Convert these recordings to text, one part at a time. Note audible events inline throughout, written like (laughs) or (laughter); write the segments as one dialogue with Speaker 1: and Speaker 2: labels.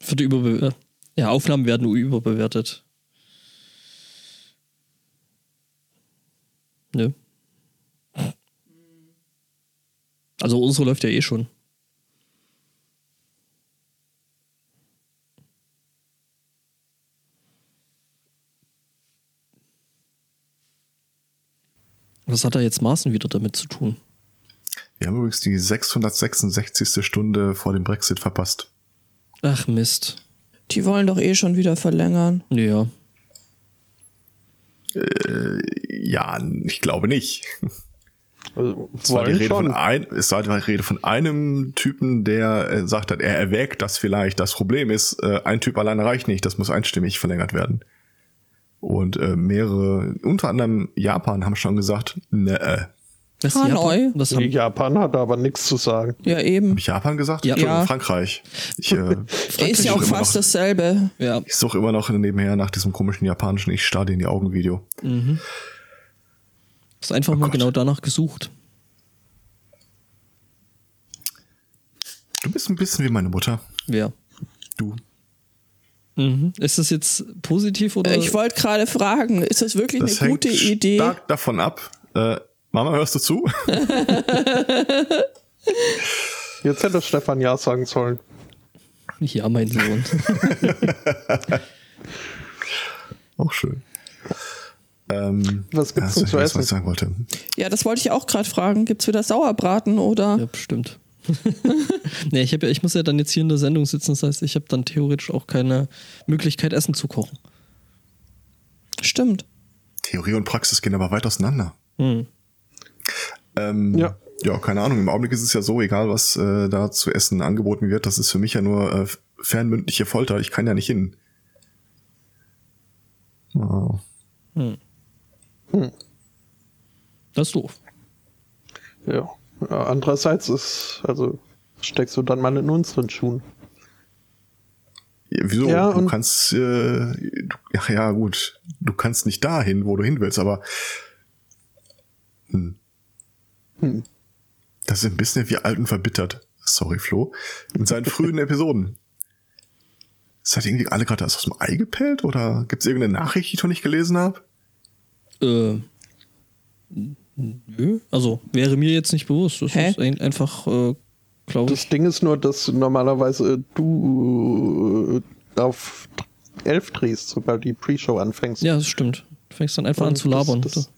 Speaker 1: Wird überbewertet. Ja, Aufnahmen werden überbewertet. Nö. Also unsere läuft ja eh schon. Was hat da jetzt Maaßen wieder damit zu tun?
Speaker 2: Wir haben übrigens die 666. Stunde vor dem Brexit verpasst.
Speaker 1: Ach Mist.
Speaker 3: Die wollen doch eh schon wieder verlängern.
Speaker 1: Ja.
Speaker 2: Ja, ich glaube nicht.
Speaker 4: Also,
Speaker 2: Es war, die
Speaker 4: wollen
Speaker 2: Rede
Speaker 4: schon.
Speaker 2: von ein, es war die Rede von einem Typen, der äh, sagt hat, er erwägt das vielleicht. Das Problem ist, äh, ein Typ alleine reicht nicht, das muss einstimmig verlängert werden. Und äh, mehrere, unter anderem Japan, haben schon gesagt, ne, äh,
Speaker 1: Was
Speaker 3: Hanoi.
Speaker 1: Japan- Was
Speaker 4: Nee,
Speaker 1: haben
Speaker 4: Japan hat aber nichts zu sagen.
Speaker 3: Ja, eben.
Speaker 2: hab ich Japan gesagt?
Speaker 1: Ja.
Speaker 2: Entschuldigung,
Speaker 3: Ja.
Speaker 2: Frankreich. Ich, äh,
Speaker 3: (laughs) Ist ja auch
Speaker 2: immer noch-
Speaker 3: fast dasselbe.
Speaker 1: ja.
Speaker 2: ich suche immer noch nebenher nach diesem komischen japanischen Ich starr dir in die Augen Video.
Speaker 1: Ist einfach mal
Speaker 2: Gott.
Speaker 1: genau danach gesucht.
Speaker 2: Du bist ein bisschen wie meine Mutter.
Speaker 1: Wer?
Speaker 2: Du.
Speaker 1: Mhm. Ist das jetzt positiv oder?
Speaker 3: Äh, Ich wollte gerade fragen, ist das wirklich
Speaker 2: Äh. Das
Speaker 3: eine
Speaker 2: hängt
Speaker 3: gute Idee?
Speaker 2: stark davon ab. Äh, Mama, hörst du zu? (laughs)
Speaker 4: Jetzt hätte Stefan ja sagen sollen.
Speaker 1: ja, mein Sohn.
Speaker 2: Auch schön. Ähm,
Speaker 4: Was gibt's
Speaker 2: ja,
Speaker 4: denn zu
Speaker 2: ich weiß, Was
Speaker 4: essen?
Speaker 2: ich sagen wollte.
Speaker 3: Ja, das wollte ich auch gerade fragen. Gibt's wieder Sauerbraten oder?
Speaker 1: ja, bestimmt. (laughs) nee, ich, hab, ja- ich muss ja dann jetzt hier in der Sendung sitzen, das heißt, ich habe dann theoretisch auch keine Möglichkeit, Essen zu kochen.
Speaker 3: Stimmt.
Speaker 2: Theorie und Praxis gehen aber weit auseinander.
Speaker 1: Hm.
Speaker 2: Ähm, ja.
Speaker 4: Ja.
Speaker 2: ja, keine Ahnung. Im Augenblick ist es ja so, egal was äh, da zu essen angeboten wird, das ist für mich ja nur äh, fernmündliche Folter. Ich kann ja nicht hin. Oh.
Speaker 1: Das ist doof.
Speaker 4: Ja. ja. Andererseits ist, also steckst du dann mal in unseren Schuhen.
Speaker 2: Ja, Wieso?
Speaker 4: Ja,
Speaker 2: du
Speaker 4: und-
Speaker 2: kannst, äh, du, ach ja gut, du kannst nicht dahin, wo du hin willst, aber hm.
Speaker 4: Hm.
Speaker 2: das ist ein bisschen wie alt und verbittert. Sorry, Flo. In
Speaker 4: (laughs)
Speaker 2: seinen frühen Episoden. Seid ihr irgendwie alle gerade aus dem Ei gepellt oder gibt es irgendeine Nachricht, die ich noch nicht gelesen habe?
Speaker 1: Äh, nö. Also, wäre mir jetzt nicht bewusst. Das
Speaker 3: Hä?
Speaker 1: ist ein, einfach, äh, glaube ich.
Speaker 4: Das Ding ist nur, dass normalerweise äh, du äh, auf elf drehst, sobald die Pre-Show anfängst.
Speaker 1: Ja, das stimmt. Du fängst dann einfach an
Speaker 4: Und
Speaker 1: zu
Speaker 4: das-
Speaker 1: labern.
Speaker 4: das-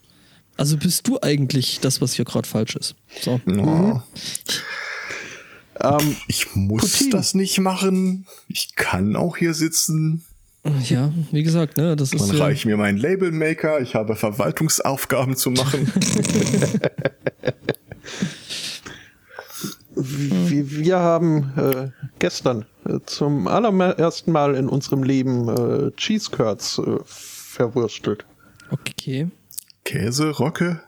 Speaker 1: also bist du eigentlich das, was hier gerade falsch ist. So.
Speaker 2: Oh,
Speaker 4: Mhm. Ähm,
Speaker 2: Ich muss
Speaker 4: Putin.
Speaker 2: das nicht machen. Ich kann auch hier sitzen.
Speaker 1: Ja, wie gesagt, ne, das ist.
Speaker 2: Man
Speaker 1: ja-
Speaker 2: reicht mir meinen Labelmaker. Ich habe Verwaltungsaufgaben zu
Speaker 4: (laughs)
Speaker 2: machen.
Speaker 4: wie, wir haben äh, gestern äh, zum allerersten Mal in unserem Leben äh, Cheese Curds äh, verwurstelt.
Speaker 1: Okay.
Speaker 2: Käse, Rocke,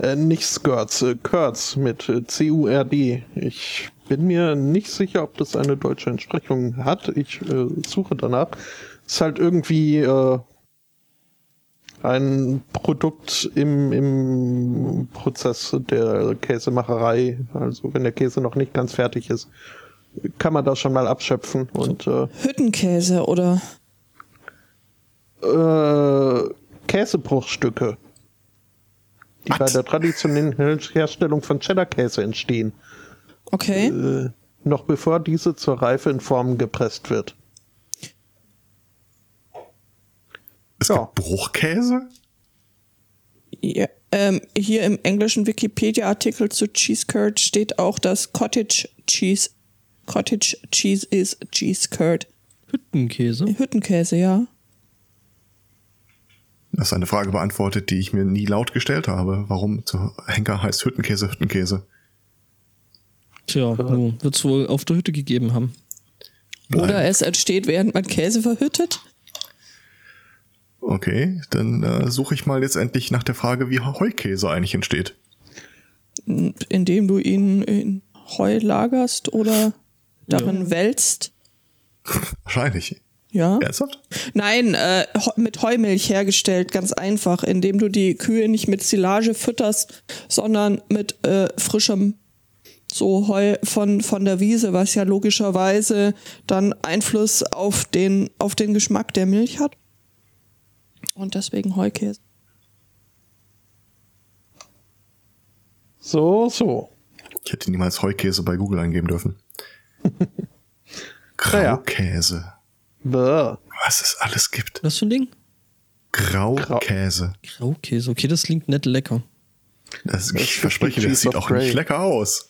Speaker 4: Äh, nicht Skirts, äh, Kurz mit äh, C-U-R-D. Ich bin mir nicht sicher, ob das eine deutsche Entsprechung hat. Ich äh, suche danach. Ist halt irgendwie äh, ein Produkt im, im Prozess der Käsemacherei. Also wenn der Käse noch nicht ganz fertig ist, kann man das schon mal abschöpfen. Und äh,
Speaker 3: Hüttenkäse oder?
Speaker 4: äh, Käsebruchstücke, die bei der traditionellen Her- Herstellung von Cheddar-Käse entstehen,
Speaker 3: Okay.
Speaker 4: äh, noch bevor diese zur Reife in Formen gepresst wird.
Speaker 2: Es
Speaker 4: Ja.
Speaker 2: gibt Bruchkäse?
Speaker 3: Ja, ähm, hier im englischen Wikipedia-Artikel zu Cheese Curd steht auch, dass Cottage Cheese Cottage Cheese ist Cheese Curd.
Speaker 1: Hüttenkäse.
Speaker 3: Hüttenkäse, ja.
Speaker 2: Das ist eine Frage beantwortet, die ich mir nie laut gestellt habe. Warum zur Henker heißt Hüttenkäse Hüttenkäse?
Speaker 1: Tja, wird es wohl auf der Hütte gegeben haben.
Speaker 3: Oder es entsteht, während man Käse verhüttet.
Speaker 2: Okay, dann äh, suche ich mal jetzt endlich nach der Frage, wie Heukäse eigentlich entsteht.
Speaker 3: indem du ihn in Heu lagerst oder darin wälzt.
Speaker 2: Wahrscheinlich.
Speaker 4: Hm?
Speaker 3: Ja.
Speaker 2: Ernsthaft?
Speaker 3: Nein, äh, Heu- mit Heumilch hergestellt, ganz einfach, indem du die Kühe nicht mit Silage fütterst, sondern mit äh, frischem so Heu von, von der Wiese, was ja logischerweise dann Einfluss auf den, auf den Geschmack der Milch hat. Und deswegen Heukäse.
Speaker 4: So, so.
Speaker 2: Ich hätte niemals Heukäse bei Google eingeben dürfen.
Speaker 4: (laughs) Naja.
Speaker 2: Graukäse.
Speaker 4: Bäh.
Speaker 2: Was es alles gibt.
Speaker 1: Was für ein Ding?
Speaker 2: Graukäse.
Speaker 1: Graukäse. Okay, das klingt nett lecker.
Speaker 2: Das,
Speaker 4: Das
Speaker 2: ich
Speaker 4: ist
Speaker 2: verspreche dir,
Speaker 4: Cheese
Speaker 2: das sieht
Speaker 4: of
Speaker 2: auch nicht
Speaker 4: Grey.
Speaker 2: lecker aus.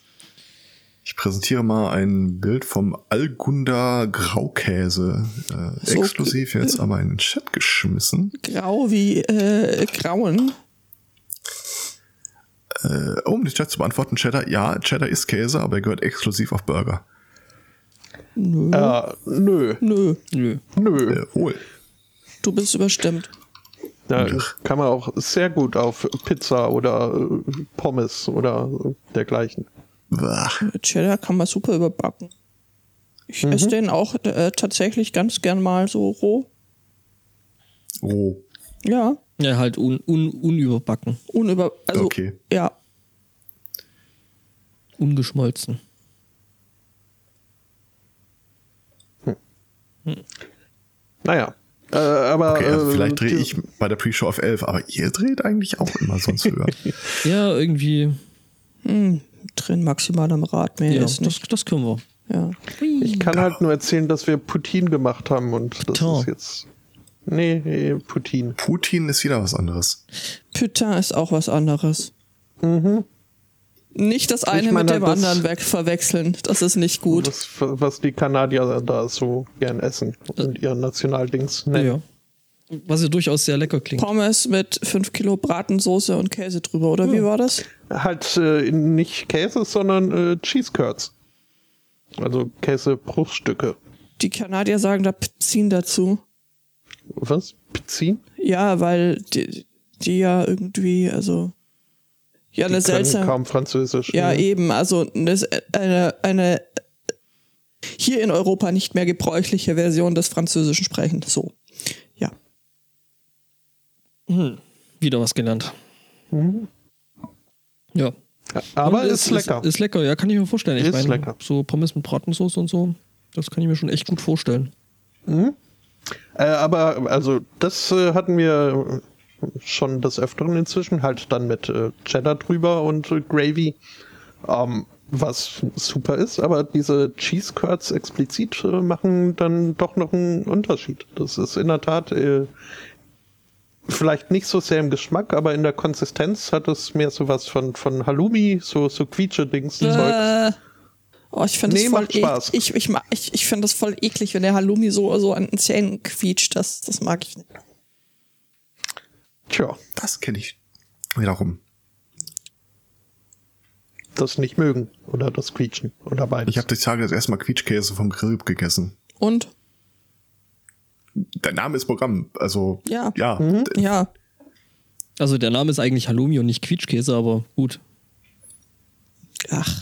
Speaker 2: Ich präsentiere mal ein Bild vom Algunder Graukäse. Äh,
Speaker 3: So.
Speaker 2: Exklusiv jetzt aber in den Chat geschmissen.
Speaker 3: Grau wie äh, Grauen.
Speaker 2: Äh, um den Chat zu beantworten, Cheddar, ja, Cheddar ist Käse, aber er gehört exklusiv auf Burger. Hm?
Speaker 3: Nö.
Speaker 4: Äh, nö,
Speaker 3: Nö.
Speaker 1: Nö.
Speaker 4: nö.
Speaker 2: Äh, wohl.
Speaker 3: Du bist überstimmt.
Speaker 4: Da kann man auch sehr gut auf Pizza oder äh, Pommes oder dergleichen.
Speaker 2: Bah.
Speaker 3: Cheddar kann man super überbacken. Ich
Speaker 4: Mhm.
Speaker 3: esse den auch äh, tatsächlich ganz gern mal so roh.
Speaker 2: Oh,
Speaker 3: Ja,
Speaker 1: Ja, halt un, un, unüberbacken.
Speaker 3: unüber. Also,
Speaker 2: Okay.
Speaker 3: Ja,
Speaker 1: Ungeschmolzen.
Speaker 4: Naja. Äh, aber
Speaker 2: okay, also
Speaker 4: äh,
Speaker 2: vielleicht drehe
Speaker 4: die-
Speaker 2: ich bei der Pre-Show auf 11, aber ihr dreht eigentlich auch immer sonst höher.
Speaker 1: Ja, irgendwie.
Speaker 3: drin maximal am Rad. Mehr
Speaker 1: Ja,
Speaker 3: ist
Speaker 1: das,
Speaker 3: nicht.
Speaker 1: das können wir.
Speaker 3: Ja.
Speaker 4: Ich kann halt nur erzählen, dass wir Putin gemacht haben und das
Speaker 1: Putin.
Speaker 4: ist jetzt. Nee, nee, Putin.
Speaker 2: Putin ist wieder was anderes.
Speaker 3: Putain ist auch was anderes. Nicht das eine
Speaker 4: Mhm. meine,
Speaker 3: mit dem
Speaker 4: das-
Speaker 3: anderen weg verwechseln. Das ist nicht gut.
Speaker 4: Das, was die Kanadier da so gern essen und ihr Nationaldings
Speaker 1: Ja.
Speaker 4: nennen.
Speaker 1: Was ja durchaus sehr lecker klingt.
Speaker 3: Pommes mit 5 Kilo Bratensoße und Käse drüber, oder wie war das?
Speaker 4: Halt äh, nicht Käse, sondern äh, Cheese Curds. Also Käsebruchstücke.
Speaker 3: Die Kanadier sagen da Pzin dazu.
Speaker 4: Was? Pizin?
Speaker 3: Ja, weil die, die ja irgendwie, also. Ja,
Speaker 4: Die
Speaker 3: eine
Speaker 4: können
Speaker 3: seltsame.
Speaker 4: kaum Französisch.
Speaker 3: Ja,
Speaker 4: Mhm.
Speaker 3: eben. Also eine, eine, eine hier in Europa nicht mehr gebräuchliche Version des Französischen Sprechens. So. Ja.
Speaker 1: Wieder was gelernt. Ja.
Speaker 4: Mhm. Aber
Speaker 1: Und
Speaker 4: ist, lecker.
Speaker 1: Ist, lecker, ja, kann ich mir vorstellen. Ich
Speaker 4: Ist
Speaker 1: meine,
Speaker 4: lecker.
Speaker 1: so Pommes mit Bratensauce und so, das kann ich mir schon echt gut vorstellen.
Speaker 4: Äh, aber also das äh, hatten wir schon des Öfteren inzwischen, halt dann mit äh, Cheddar drüber und äh, Gravy, ähm, was super ist, aber diese Cheese Curds explizit äh, machen dann doch noch einen Unterschied. Das ist in der Tat äh, vielleicht nicht so sehr im Geschmack, aber in der Konsistenz hat es mehr sowas von, von Halloumi, so, so
Speaker 3: Äh,
Speaker 4: Quietsche-Dings-Zeug.
Speaker 3: oh, ich finde
Speaker 4: Nee,
Speaker 3: das voll
Speaker 4: macht Spaß.
Speaker 3: eklig. Ich, ich, mag- ich, ich finde das voll eklig, wenn der Halloumi so, so an den Zähnen quietscht. Das, das mag ich nicht.
Speaker 4: Tja,
Speaker 2: Das kenne ich wiederum.
Speaker 4: das nicht mögen oder das Quietschen oder beides.
Speaker 2: Ich habe die Tage das erste Mal Quietschkäse vom Grill gegessen.
Speaker 3: Und?
Speaker 2: Der Name ist Programm, also
Speaker 3: Ja.
Speaker 2: ja
Speaker 4: Mhm.
Speaker 2: d-
Speaker 3: Ja.
Speaker 1: Also der Name ist eigentlich Halloumi und nicht Quietschkäse, aber gut.
Speaker 3: Ach.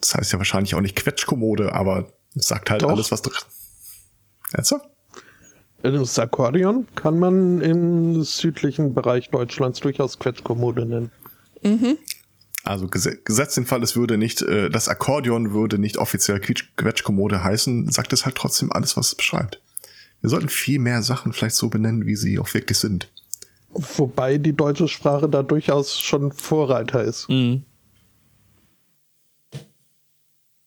Speaker 2: das heißt ja wahrscheinlich auch nicht Quetschkommode, aber es sagt halt
Speaker 4: Doch.
Speaker 2: alles, was drin. Ernsthaft?
Speaker 4: Das Akkordeon kann man im südlichen Bereich Deutschlands durchaus Quetschkommode nennen.
Speaker 2: Also ges- gesetzt den Fall, es würde nicht, äh, das Akkordeon würde nicht offiziell Quietsch- Quetschkommode heißen, sagt es halt trotzdem alles, was es beschreibt. Wir sollten viel mehr Sachen vielleicht so benennen, wie sie auch wirklich sind.
Speaker 4: Wobei die deutsche Sprache da durchaus schon Vorreiter ist.
Speaker 1: Mhm.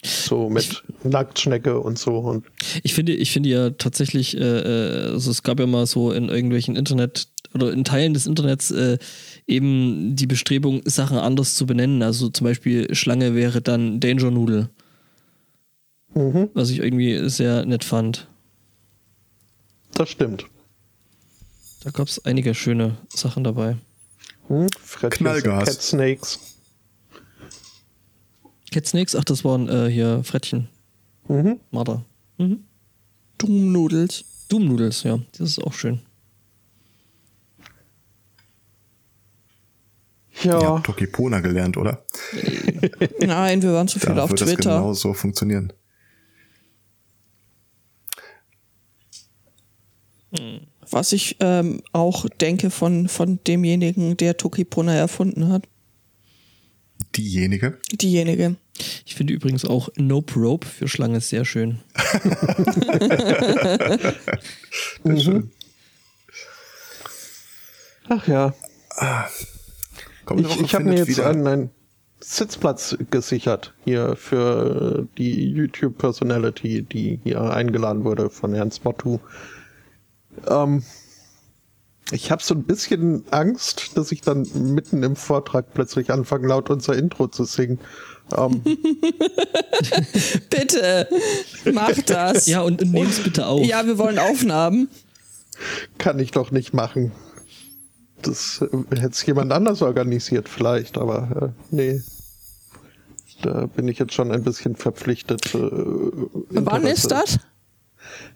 Speaker 4: So mit Nacktschnecke und so. Und
Speaker 1: Ich finde, ich finde ja tatsächlich, äh, äh, also es gab ja mal so in irgendwelchen Internet oder in Teilen des Internets äh, eben die Bestrebung, Sachen anders zu benennen. Also zum Beispiel Schlange wäre dann Danger Noodle.
Speaker 3: Mhm.
Speaker 1: Was ich irgendwie sehr nett fand.
Speaker 4: das stimmt.
Speaker 1: Da gab es einige schöne Sachen dabei.
Speaker 4: Hm? Frettchen,
Speaker 2: Knallgas.
Speaker 4: Cat Snakes.
Speaker 1: Cat Snakes, ach, das waren äh, hier Frettchen.
Speaker 4: Mhm.
Speaker 1: Marder.
Speaker 2: (laughs)
Speaker 3: Dummnudels.
Speaker 1: Doom Noodles, ja. Das ist auch schön.
Speaker 4: Ja,
Speaker 2: Ihr habt Tokipona gelernt, oder?
Speaker 3: Nein, wir waren zu viel
Speaker 2: Da
Speaker 3: auf
Speaker 2: wird das
Speaker 3: Twitter.
Speaker 2: genauso funktionieren.
Speaker 3: Was ich ähm, auch denke von, von demjenigen, der Tokipona erfunden hat.
Speaker 2: Diejenige.
Speaker 3: Diejenige.
Speaker 1: Ich finde übrigens auch Nope Rope für Schlange sehr schön.
Speaker 4: Mhm. Ach ja,
Speaker 2: Kommende
Speaker 4: ich,
Speaker 2: Woche
Speaker 4: ich habe mir
Speaker 2: findet
Speaker 4: jetzt einen, einen Sitzplatz gesichert hier für äh, die YouTube-Personality, die hier eingeladen wurde von Herrn Spottu. Ähm, ich habe so ein bisschen Angst, dass ich dann mitten im Vortrag plötzlich anfange, laut unser Intro zu singen.
Speaker 2: (laughs)
Speaker 4: Ähm,
Speaker 3: Bitte, (laughs) mach das.
Speaker 1: Ja, und, und nehm's bitte auf.
Speaker 3: ja, wir wollen Aufnahmen.
Speaker 4: kann ich doch nicht machen. Das äh, hätte es jemand anders organisiert vielleicht, aber äh, nee. Da bin ich jetzt schon ein bisschen verpflichtet. Äh,
Speaker 3: Wann
Speaker 4: Interesse.
Speaker 3: ist das?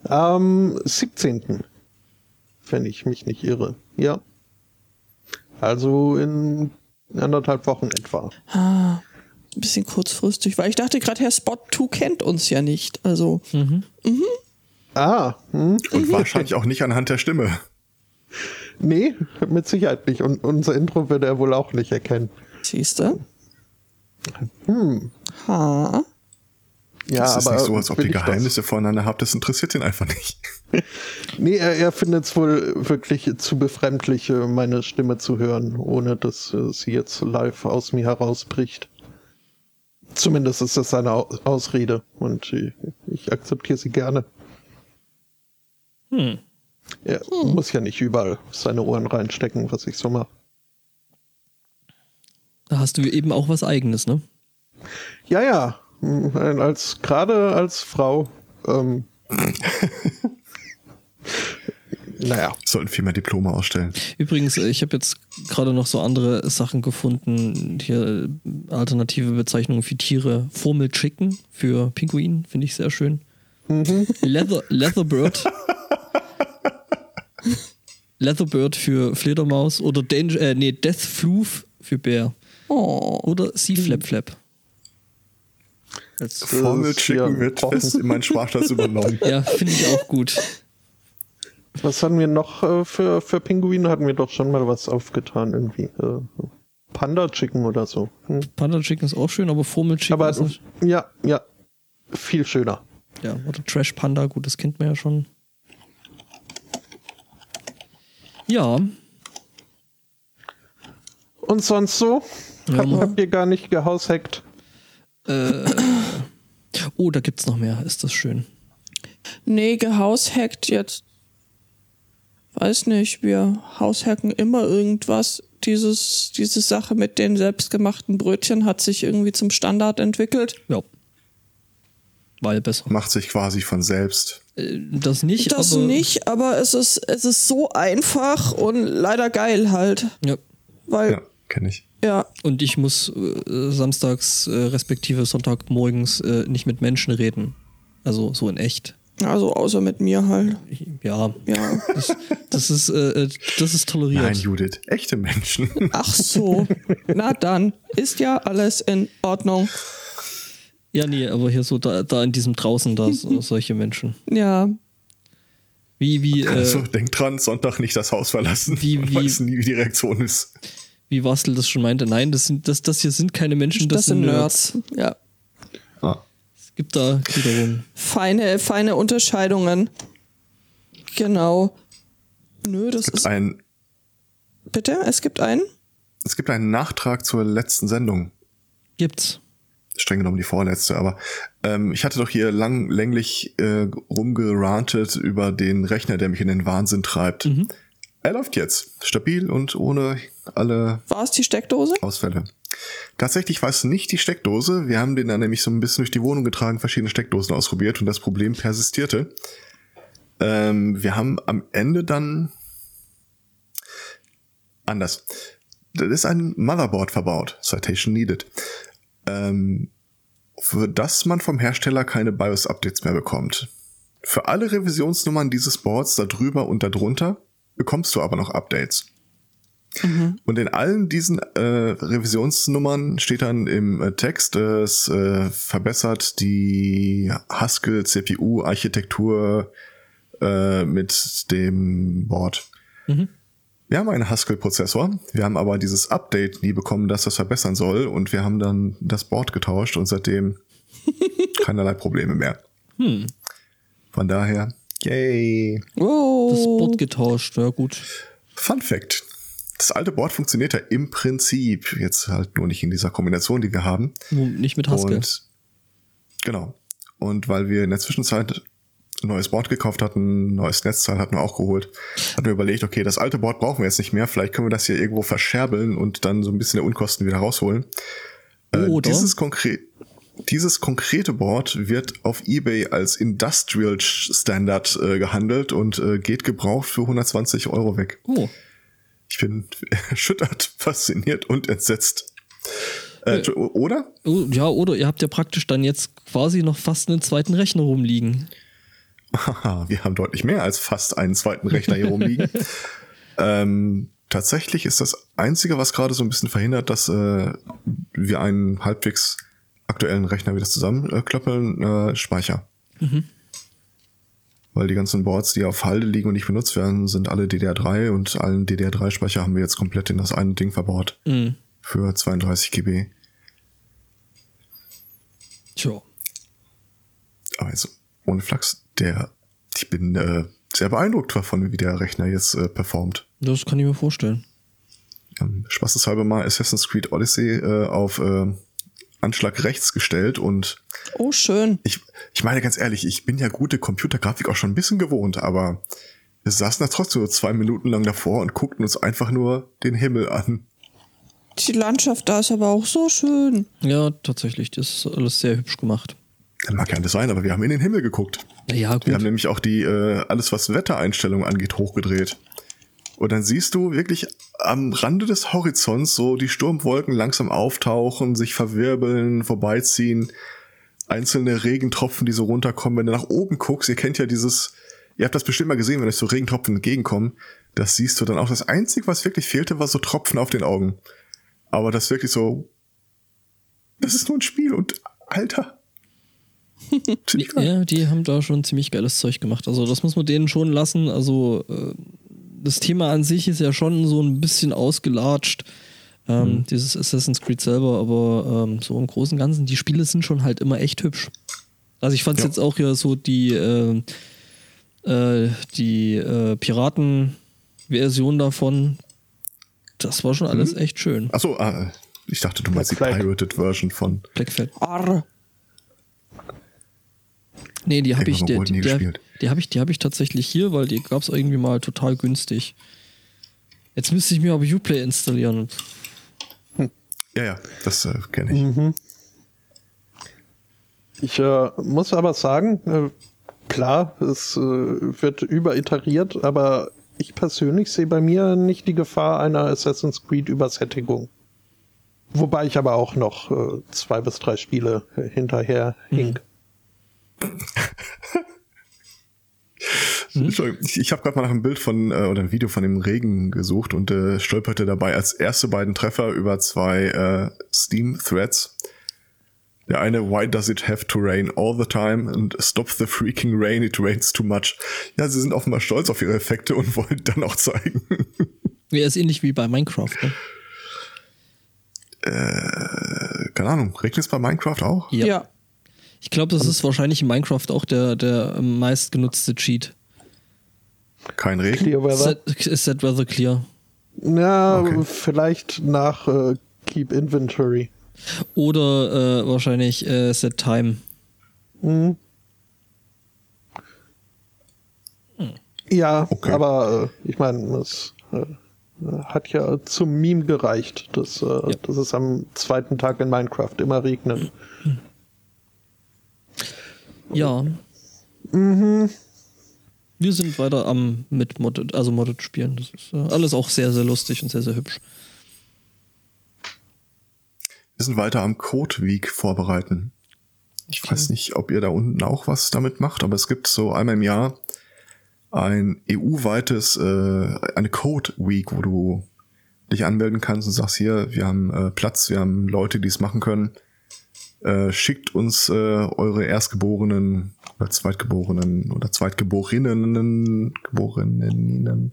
Speaker 4: Am 17. Wenn ich mich nicht irre. Ja. Also in anderthalb Wochen etwa.
Speaker 3: Ein bisschen kurzfristig, weil ich dachte gerade, Herr Spot 2 kennt uns ja nicht. Also,
Speaker 4: Ah, hm? (laughs)
Speaker 2: und wahrscheinlich auch nicht anhand der Stimme.
Speaker 4: nee, mit Sicherheit nicht. Und unser Intro würde er wohl auch nicht erkennen.
Speaker 3: siehst du? Ha.
Speaker 4: Ja,
Speaker 2: Es ist
Speaker 4: aber
Speaker 2: nicht so, als ob
Speaker 4: will
Speaker 2: ihr
Speaker 4: ich das?
Speaker 2: Geheimnisse voneinander habt. Das interessiert ihn einfach nicht.
Speaker 4: Nee, er, er findet es wohl wirklich zu befremdlich, äh, meine Stimme zu hören, ohne dass äh, sie jetzt live aus mir herausbricht. Zumindest ist das seine Au- Ausrede und äh, ich akzeptiere sie gerne.
Speaker 1: Hm.
Speaker 4: Er muss ja nicht überall seine Ohren reinstecken, was ich so mache.
Speaker 1: Da hast du eben auch was eigenes, ne?
Speaker 4: Ja, ja, mm, als gerade als Frau. Ähm, naja,
Speaker 2: Sollten viel mehr Diplome ausstellen.
Speaker 1: Übrigens, äh, ich habe jetzt gerade noch so andere Sachen gefunden. Hier äh, alternative Bezeichnungen für Tiere. Formel Chicken für Pinguin, finde ich sehr schön. Leather, Leatherbird. Leatherbird für Fledermaus oder Danger, äh, nee, Death Floof für Bär.
Speaker 3: Oh.
Speaker 1: Oder Sea Flap Flap. Als,
Speaker 2: Formel
Speaker 4: ist hier
Speaker 2: Chicken wird
Speaker 4: Kochen.
Speaker 2: fest in meinen Sprachplatz übernommen.
Speaker 1: ja, finde ich auch gut.
Speaker 4: was hatten wir noch äh, für, für Pinguine? Hatten wir doch schon mal was aufgetan irgendwie. Äh, Panda Chicken oder so. Hm.
Speaker 1: Panda Chicken ist auch schön, aber Formel Chicken
Speaker 4: Aber
Speaker 1: ist noch,
Speaker 4: ja, ja, viel schöner.
Speaker 1: ja, oder Trash Panda, gut, das kennt man ja schon. Ja,
Speaker 4: Und sonst so?
Speaker 1: Ja,
Speaker 4: Hab,
Speaker 1: Mann.
Speaker 4: habt ihr gar nicht gehaushackt?
Speaker 1: oh, da gibt's noch mehr, ist das schön.
Speaker 3: Nee, gehaushackt jetzt. Weiß nicht, wir haushacken immer irgendwas. Dieses, diese Sache mit den selbstgemachten Brötchen hat sich irgendwie zum Standard entwickelt.
Speaker 1: Ja. Weil besser.
Speaker 2: Macht sich quasi von selbst.
Speaker 1: Äh, Das nicht,
Speaker 3: Das
Speaker 1: aber.
Speaker 3: nicht, aber es ist, es ist so einfach und leider geil halt.
Speaker 1: Ja.
Speaker 3: Weil,
Speaker 2: Ja, kenne ich.
Speaker 3: ja,
Speaker 1: Und ich muss äh, samstags, äh, respektive Sonntagmorgens, äh, nicht mit Menschen reden. Also so in echt.
Speaker 3: also außer mit mir halt.
Speaker 1: Ich, ja.
Speaker 3: Ja.
Speaker 1: Das, das ist, äh, äh, das ist toleriert.
Speaker 2: Nein, Judith. Echte Menschen.
Speaker 3: Ach so. Na dann, ist ja alles in Ordnung.
Speaker 1: ja, nee, aber hier so da, da in diesem draußen, da so, solche Menschen.
Speaker 3: Ja.
Speaker 1: Wie, wie,
Speaker 2: Also
Speaker 1: äh,
Speaker 2: denkt dran, Sonntag nicht das Haus verlassen.
Speaker 1: Wie-
Speaker 2: Man
Speaker 1: wie-
Speaker 2: weiß nie, wie die Reaktion ist.
Speaker 1: wie Wastel das schon meinte. Nein, das sind, das, das hier sind keine Menschen, das, sind Nerds.
Speaker 3: Ja.
Speaker 1: Es gibt da Gliederungen.
Speaker 3: Feine, feine Unterscheidungen. Genau. Nö, das ist.
Speaker 2: Ein,
Speaker 3: Bitte, es gibt einen.
Speaker 2: es gibt einen Nachtrag zur letzten Sendung.
Speaker 1: Gibt's.
Speaker 2: streng genommen die vorletzte, aber ähm, ich hatte doch hier lang, länglich äh, rumgerantet über den Rechner, der mich in den Wahnsinn treibt. Er läuft jetzt stabil und ohne alle
Speaker 3: War es die Steckdose?
Speaker 2: Ausfälle. Tatsächlich war es nicht die Steckdose. Wir haben den dann nämlich so ein bisschen durch die Wohnung getragen, verschiedene Steckdosen ausprobiert und das Problem persistierte. Ähm, wir haben am Ende dann anders. Da ist ein Motherboard verbaut. Citation needed. Ähm, für das man vom Hersteller keine BIOS-Updates mehr bekommt. Für alle Revisionsnummern dieses Boards darüber und darunter bekommst du aber noch Updates. Und in allen diesen äh, Revisionsnummern steht dann im äh, Text, äh, es äh, verbessert die Haskell CPU Architektur äh, mit dem Board. Wir haben einen Haskell-Prozessor, wir haben aber dieses Update nie bekommen, dass das verbessern soll und wir haben dann das Board getauscht und seitdem keinerlei Probleme mehr.
Speaker 1: Hm.
Speaker 2: Von daher, yay.
Speaker 3: Wow.
Speaker 1: Das Board getauscht, ja gut.
Speaker 2: Fun Fact. Das alte Board funktioniert ja im Prinzip, jetzt halt nur nicht in dieser Kombination, die wir haben.
Speaker 1: Nur Nicht mit Haskell.
Speaker 2: Und genau. Und weil wir in der Zwischenzeit ein neues Board gekauft hatten, ein neues Netzteil hatten wir auch geholt, hatten wir überlegt, okay, das alte Board brauchen wir jetzt nicht mehr, vielleicht können wir das hier irgendwo verscherbeln und dann so ein bisschen der Unkosten wieder rausholen.
Speaker 1: Oder?
Speaker 2: äh, Dieses, konkre dieses konkrete Board wird auf eBay als Industrial Standard äh, gehandelt und äh, geht gebraucht für 120 Euro weg.
Speaker 1: Oh.
Speaker 2: Ich bin (laughs) erschüttert, fasziniert und entsetzt. Äh,
Speaker 1: Äh.
Speaker 2: oder?
Speaker 1: oh. Ja, oder ihr habt ja praktisch dann jetzt quasi noch fast einen zweiten Rechner rumliegen.
Speaker 2: Haha, wir haben deutlich mehr als fast einen zweiten Rechner hier rumliegen. ähm, tatsächlich ist das Einzige, was gerade so ein bisschen verhindert, dass äh, wir einen halbwegs aktuellen Rechner wieder zusammenklöppeln, äh, Speicher. Weil die ganzen Boards, die auf Halde liegen und nicht benutzt werden, sind alle DDR3 und allen DDR3-Speicher haben wir jetzt komplett in das eine Ding verbaut.
Speaker 1: Mhm.
Speaker 2: Für 32 GB.
Speaker 1: Tja.
Speaker 2: Aber jetzt ohne Flachs, der, ich bin äh, sehr beeindruckt davon, wie der Rechner jetzt äh, performt.
Speaker 1: Das kann ich mir vorstellen.
Speaker 2: Ähm, spaßeshalber mal Assassin's Creed Odyssey äh, auf äh, Anschlag rechts gestellt und
Speaker 3: Oh, schön.
Speaker 2: ich, ich meine ganz ehrlich, ich bin ja gute Computergrafik auch schon ein bisschen gewohnt, aber wir saßen da trotzdem so zwei Minuten lang davor und guckten uns einfach nur den Himmel an.
Speaker 3: Die Landschaft da ist aber auch so schön.
Speaker 1: Ja, tatsächlich. Das ist alles sehr hübsch gemacht.
Speaker 2: Das mag ja alles sein, aber wir haben in den Himmel geguckt.
Speaker 1: Ja,
Speaker 2: Wir haben
Speaker 1: gut.
Speaker 2: nämlich auch die, äh, alles was Wettereinstellungen angeht, hochgedreht. Und dann siehst du wirklich am Rande des Horizonts so die Sturmwolken langsam auftauchen, sich verwirbeln, vorbeiziehen. Einzelne Regentropfen, die so runterkommen. Wenn du nach oben guckst, ihr kennt ja dieses, ihr habt das bestimmt mal gesehen, wenn euch so Regentropfen entgegenkommen, das siehst du dann auch. Das Einzige, was wirklich fehlte, war so Tropfen auf den Augen. Aber das wirklich so, das ist nur ein Spiel und Alter. Ziemlich geil.
Speaker 1: Ja, die haben da schon ziemlich geiles Zeug gemacht. Also das muss man denen schon lassen. Also äh, das Thema an sich ist ja schon so ein bisschen ausgelatscht. Ähm, Dieses Assassin's Creed selber, aber ähm, so im Großen und Ganzen, die Spiele sind schon halt immer echt hübsch. Also ich fand es
Speaker 2: Ja.
Speaker 1: jetzt auch ja so die, ähm, äh, die äh, Piraten-Version davon. Das war schon alles echt schön.
Speaker 2: Achso, ah, ich dachte, du meinst die
Speaker 4: Black Flag.
Speaker 2: Pirated Version von.
Speaker 1: Black Flag.
Speaker 3: Arr.
Speaker 1: Nee, die habe ich,
Speaker 2: Irgendwann
Speaker 1: die,
Speaker 2: wurde nie
Speaker 1: die, die,
Speaker 2: gespielt.
Speaker 1: die habe ich, die habe ich tatsächlich hier, weil die gab es irgendwie mal total günstig. Jetzt müsste ich mir aber Uplay installieren.
Speaker 2: Ja, ja, das äh, kenne
Speaker 4: Mhm.
Speaker 2: ich.
Speaker 4: Ich äh, muss aber sagen, äh, klar, es äh, wird überiteriert, aber ich persönlich sehe bei mir nicht die Gefahr einer Assassin's Creed Übersättigung. Wobei ich aber auch noch äh, zwei bis drei Spiele äh, hinterher hink.
Speaker 2: Hm. Entschuldigung, Ich, ich habe gerade mal nach einem Bild von äh, oder ein Video von dem Regen gesucht und äh, stolperte dabei als erste beiden Treffer über zwei äh, Steam-Threads. Der eine, why does it have to rain all the time? Und stop the freaking rain, it rains too much. Ja, sie sind offenbar stolz auf ihre Effekte und (laughs) wollen dann auch zeigen.
Speaker 1: Ja, ist ähnlich wie bei Minecraft. Ne?
Speaker 2: Äh, keine Ahnung, regnet es bei Minecraft auch?
Speaker 1: Ja.
Speaker 3: Ja.
Speaker 1: Ich glaube, das ist wahrscheinlich in Minecraft auch der, der am meistgenutzte Cheat.
Speaker 2: Kein Regen?
Speaker 4: Clear Weather.
Speaker 1: Set, is that weather clear?
Speaker 4: Na,
Speaker 2: Okay.
Speaker 4: vielleicht nach äh, Keep Inventory.
Speaker 1: Oder äh, wahrscheinlich äh, Set Time.
Speaker 4: Mhm. Ja,
Speaker 2: Okay.
Speaker 4: aber äh, ich meine, es äh, hat ja zum Meme gereicht, dass, äh, dass es am zweiten Tag in Minecraft immer regnet.
Speaker 1: Ja. Wir sind weiter am mit Modded, also Modded spielen. Das ist äh, alles auch sehr, sehr lustig und sehr, sehr hübsch.
Speaker 2: Wir sind weiter am Code Week vorbereiten. Ich weiß nicht, ob ihr da unten auch was damit macht, aber es gibt so einmal im Jahr ein EU-weites, äh, eine Code Week, wo du dich anmelden kannst und sagst, hier, wir haben äh, Platz, wir haben Leute, die es machen können. Äh, schickt uns äh, eure Erstgeborenen oder Zweitgeborenen oder Zweitgeboreninnen, Geboreninnen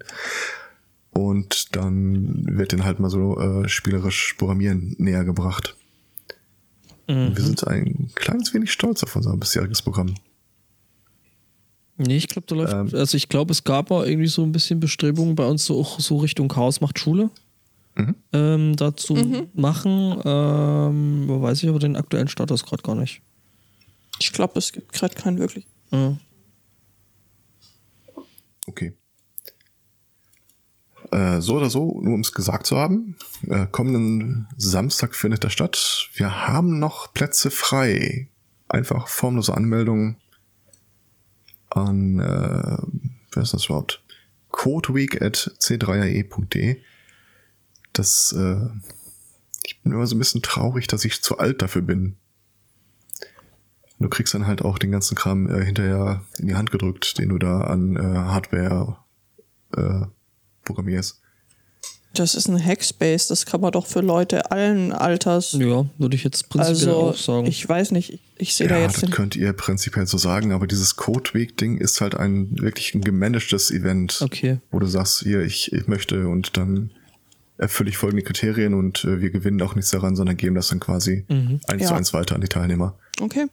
Speaker 2: Und dann wird den halt mal so äh, spielerisch Programmieren näher gebracht. Und Wir sind ein kleines wenig stolz auf unser bisheriges Programm.
Speaker 1: Nee, ich glaube, da läuft.
Speaker 2: Ähm.
Speaker 1: also ich glaube, es gab mal irgendwie so ein bisschen Bestrebungen bei uns so auch so Richtung Chaos macht Schule. Ähm, dazu
Speaker 3: Mhm.
Speaker 1: machen. Ähm, aber weiß ich aber den aktuellen Status gerade gar nicht.
Speaker 3: Ich glaube, es gibt gerade keinen wirklich.
Speaker 1: Mhm.
Speaker 2: Okay. Äh, so oder so, nur um es gesagt zu haben, äh, kommenden Samstag findet das statt. Wir haben noch Plätze frei. Einfach formlose Anmeldung an, äh, wer ist das überhaupt? codeweek at c3ae.de. e Das, äh, ich bin immer so ein bisschen traurig, dass ich zu alt dafür bin. Du kriegst dann halt auch den ganzen Kram äh, hinterher in die Hand gedrückt, den du da an äh, Hardware äh, programmierst.
Speaker 3: Das ist ein Hackspace, das kann man doch für Leute allen Alters.
Speaker 1: Ja, würde ich jetzt prinzipiell
Speaker 3: also,
Speaker 1: auch sagen.
Speaker 3: ich weiß nicht, ich, ich sehe da
Speaker 2: Ja,
Speaker 3: jetzt
Speaker 2: das
Speaker 3: den.
Speaker 2: könnt ihr prinzipiell so sagen, aber dieses Codeweg-Ding ist halt ein wirklich ein gemanagtes Event,
Speaker 1: okay.
Speaker 2: wo du sagst, hier, ich, ich möchte und dann erfülle ich folgende Kriterien und äh, wir gewinnen auch nichts daran, sondern geben das dann quasi eins zu
Speaker 3: Mhm. Ja.
Speaker 2: eins weiter an die Teilnehmer.
Speaker 3: Okay.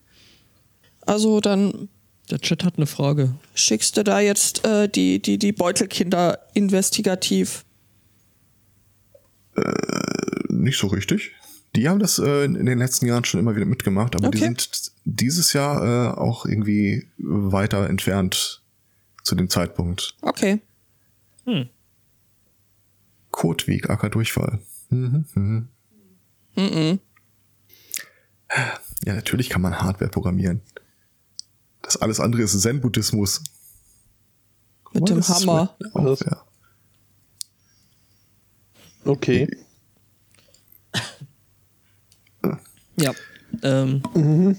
Speaker 3: Also, dann
Speaker 1: Der Chat hat eine Frage.
Speaker 3: schickst du da jetzt äh, die, die, die Beutelkinder investigativ.
Speaker 2: Nicht so richtig. Die haben das äh, in in den letzten Jahren schon immer wieder mitgemacht, aber die
Speaker 3: Okay.
Speaker 2: sind dieses Jahr äh, auch irgendwie weiter entfernt zu dem Zeitpunkt.
Speaker 3: Okay.
Speaker 2: Kotweg, Acker Durchfall. Mhm, mhm. Ja, natürlich kann man Hardware programmieren. Das alles andere ist Zen-Buddhismus.
Speaker 3: Mit
Speaker 2: Aber
Speaker 3: dem
Speaker 2: das ist
Speaker 3: Hammer.
Speaker 2: Auch, ja.
Speaker 4: Okay.
Speaker 1: Ja. Ähm,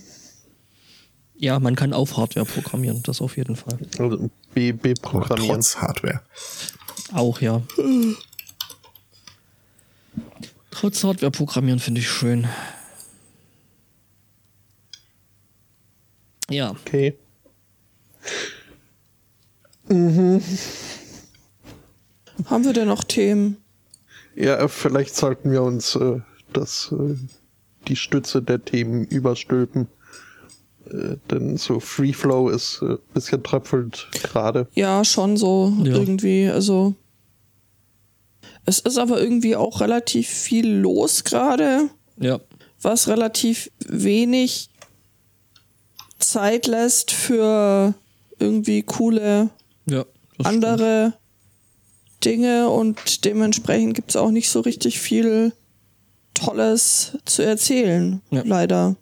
Speaker 1: Ja, man kann auf Hardware programmieren, das auf jeden Fall.
Speaker 4: Also BB
Speaker 2: Aber
Speaker 4: programmieren.
Speaker 2: trotz Hardware.
Speaker 1: Auch ja. Trotz Hardware programmieren finde ich schön. Ja,
Speaker 4: Okay.
Speaker 3: Haben wir denn noch Themen?
Speaker 4: Ja, äh, vielleicht sollten wir uns äh, das, äh, die Stütze der Themen überstülpen. Äh, denn so Free Flow ist äh, bisschen tröpfelt gerade.
Speaker 3: Ja, schon so
Speaker 1: Ja.
Speaker 3: irgendwie. Also. Es ist aber irgendwie auch relativ viel los gerade,
Speaker 1: ja.
Speaker 3: was relativ wenig Zeit lässt für irgendwie coole
Speaker 1: Ja. das
Speaker 3: andere Dinge und dementsprechend gibt es auch nicht so richtig viel Tolles zu erzählen,
Speaker 1: Ja.
Speaker 3: leider.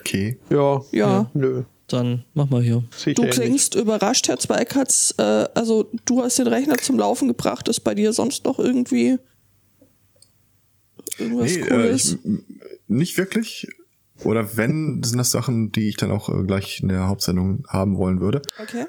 Speaker 2: Okay.
Speaker 4: Ja,
Speaker 3: Ja.
Speaker 4: nö.
Speaker 1: Stimmt. Dann mach mal hier.
Speaker 4: Sehe ich
Speaker 3: Du
Speaker 4: ähnlich.
Speaker 3: klingst überrascht, Herr Zweikatz. Äh, also du hast den Rechner zum Laufen gebracht. Ist bei dir sonst noch irgendwie irgendwas
Speaker 2: Nee, äh,
Speaker 3: Cooles?
Speaker 2: ich, m- nicht wirklich. Oder wenn, sind das Sachen, die ich dann auch äh, gleich in der Hauptsendung haben wollen würde.
Speaker 3: okay.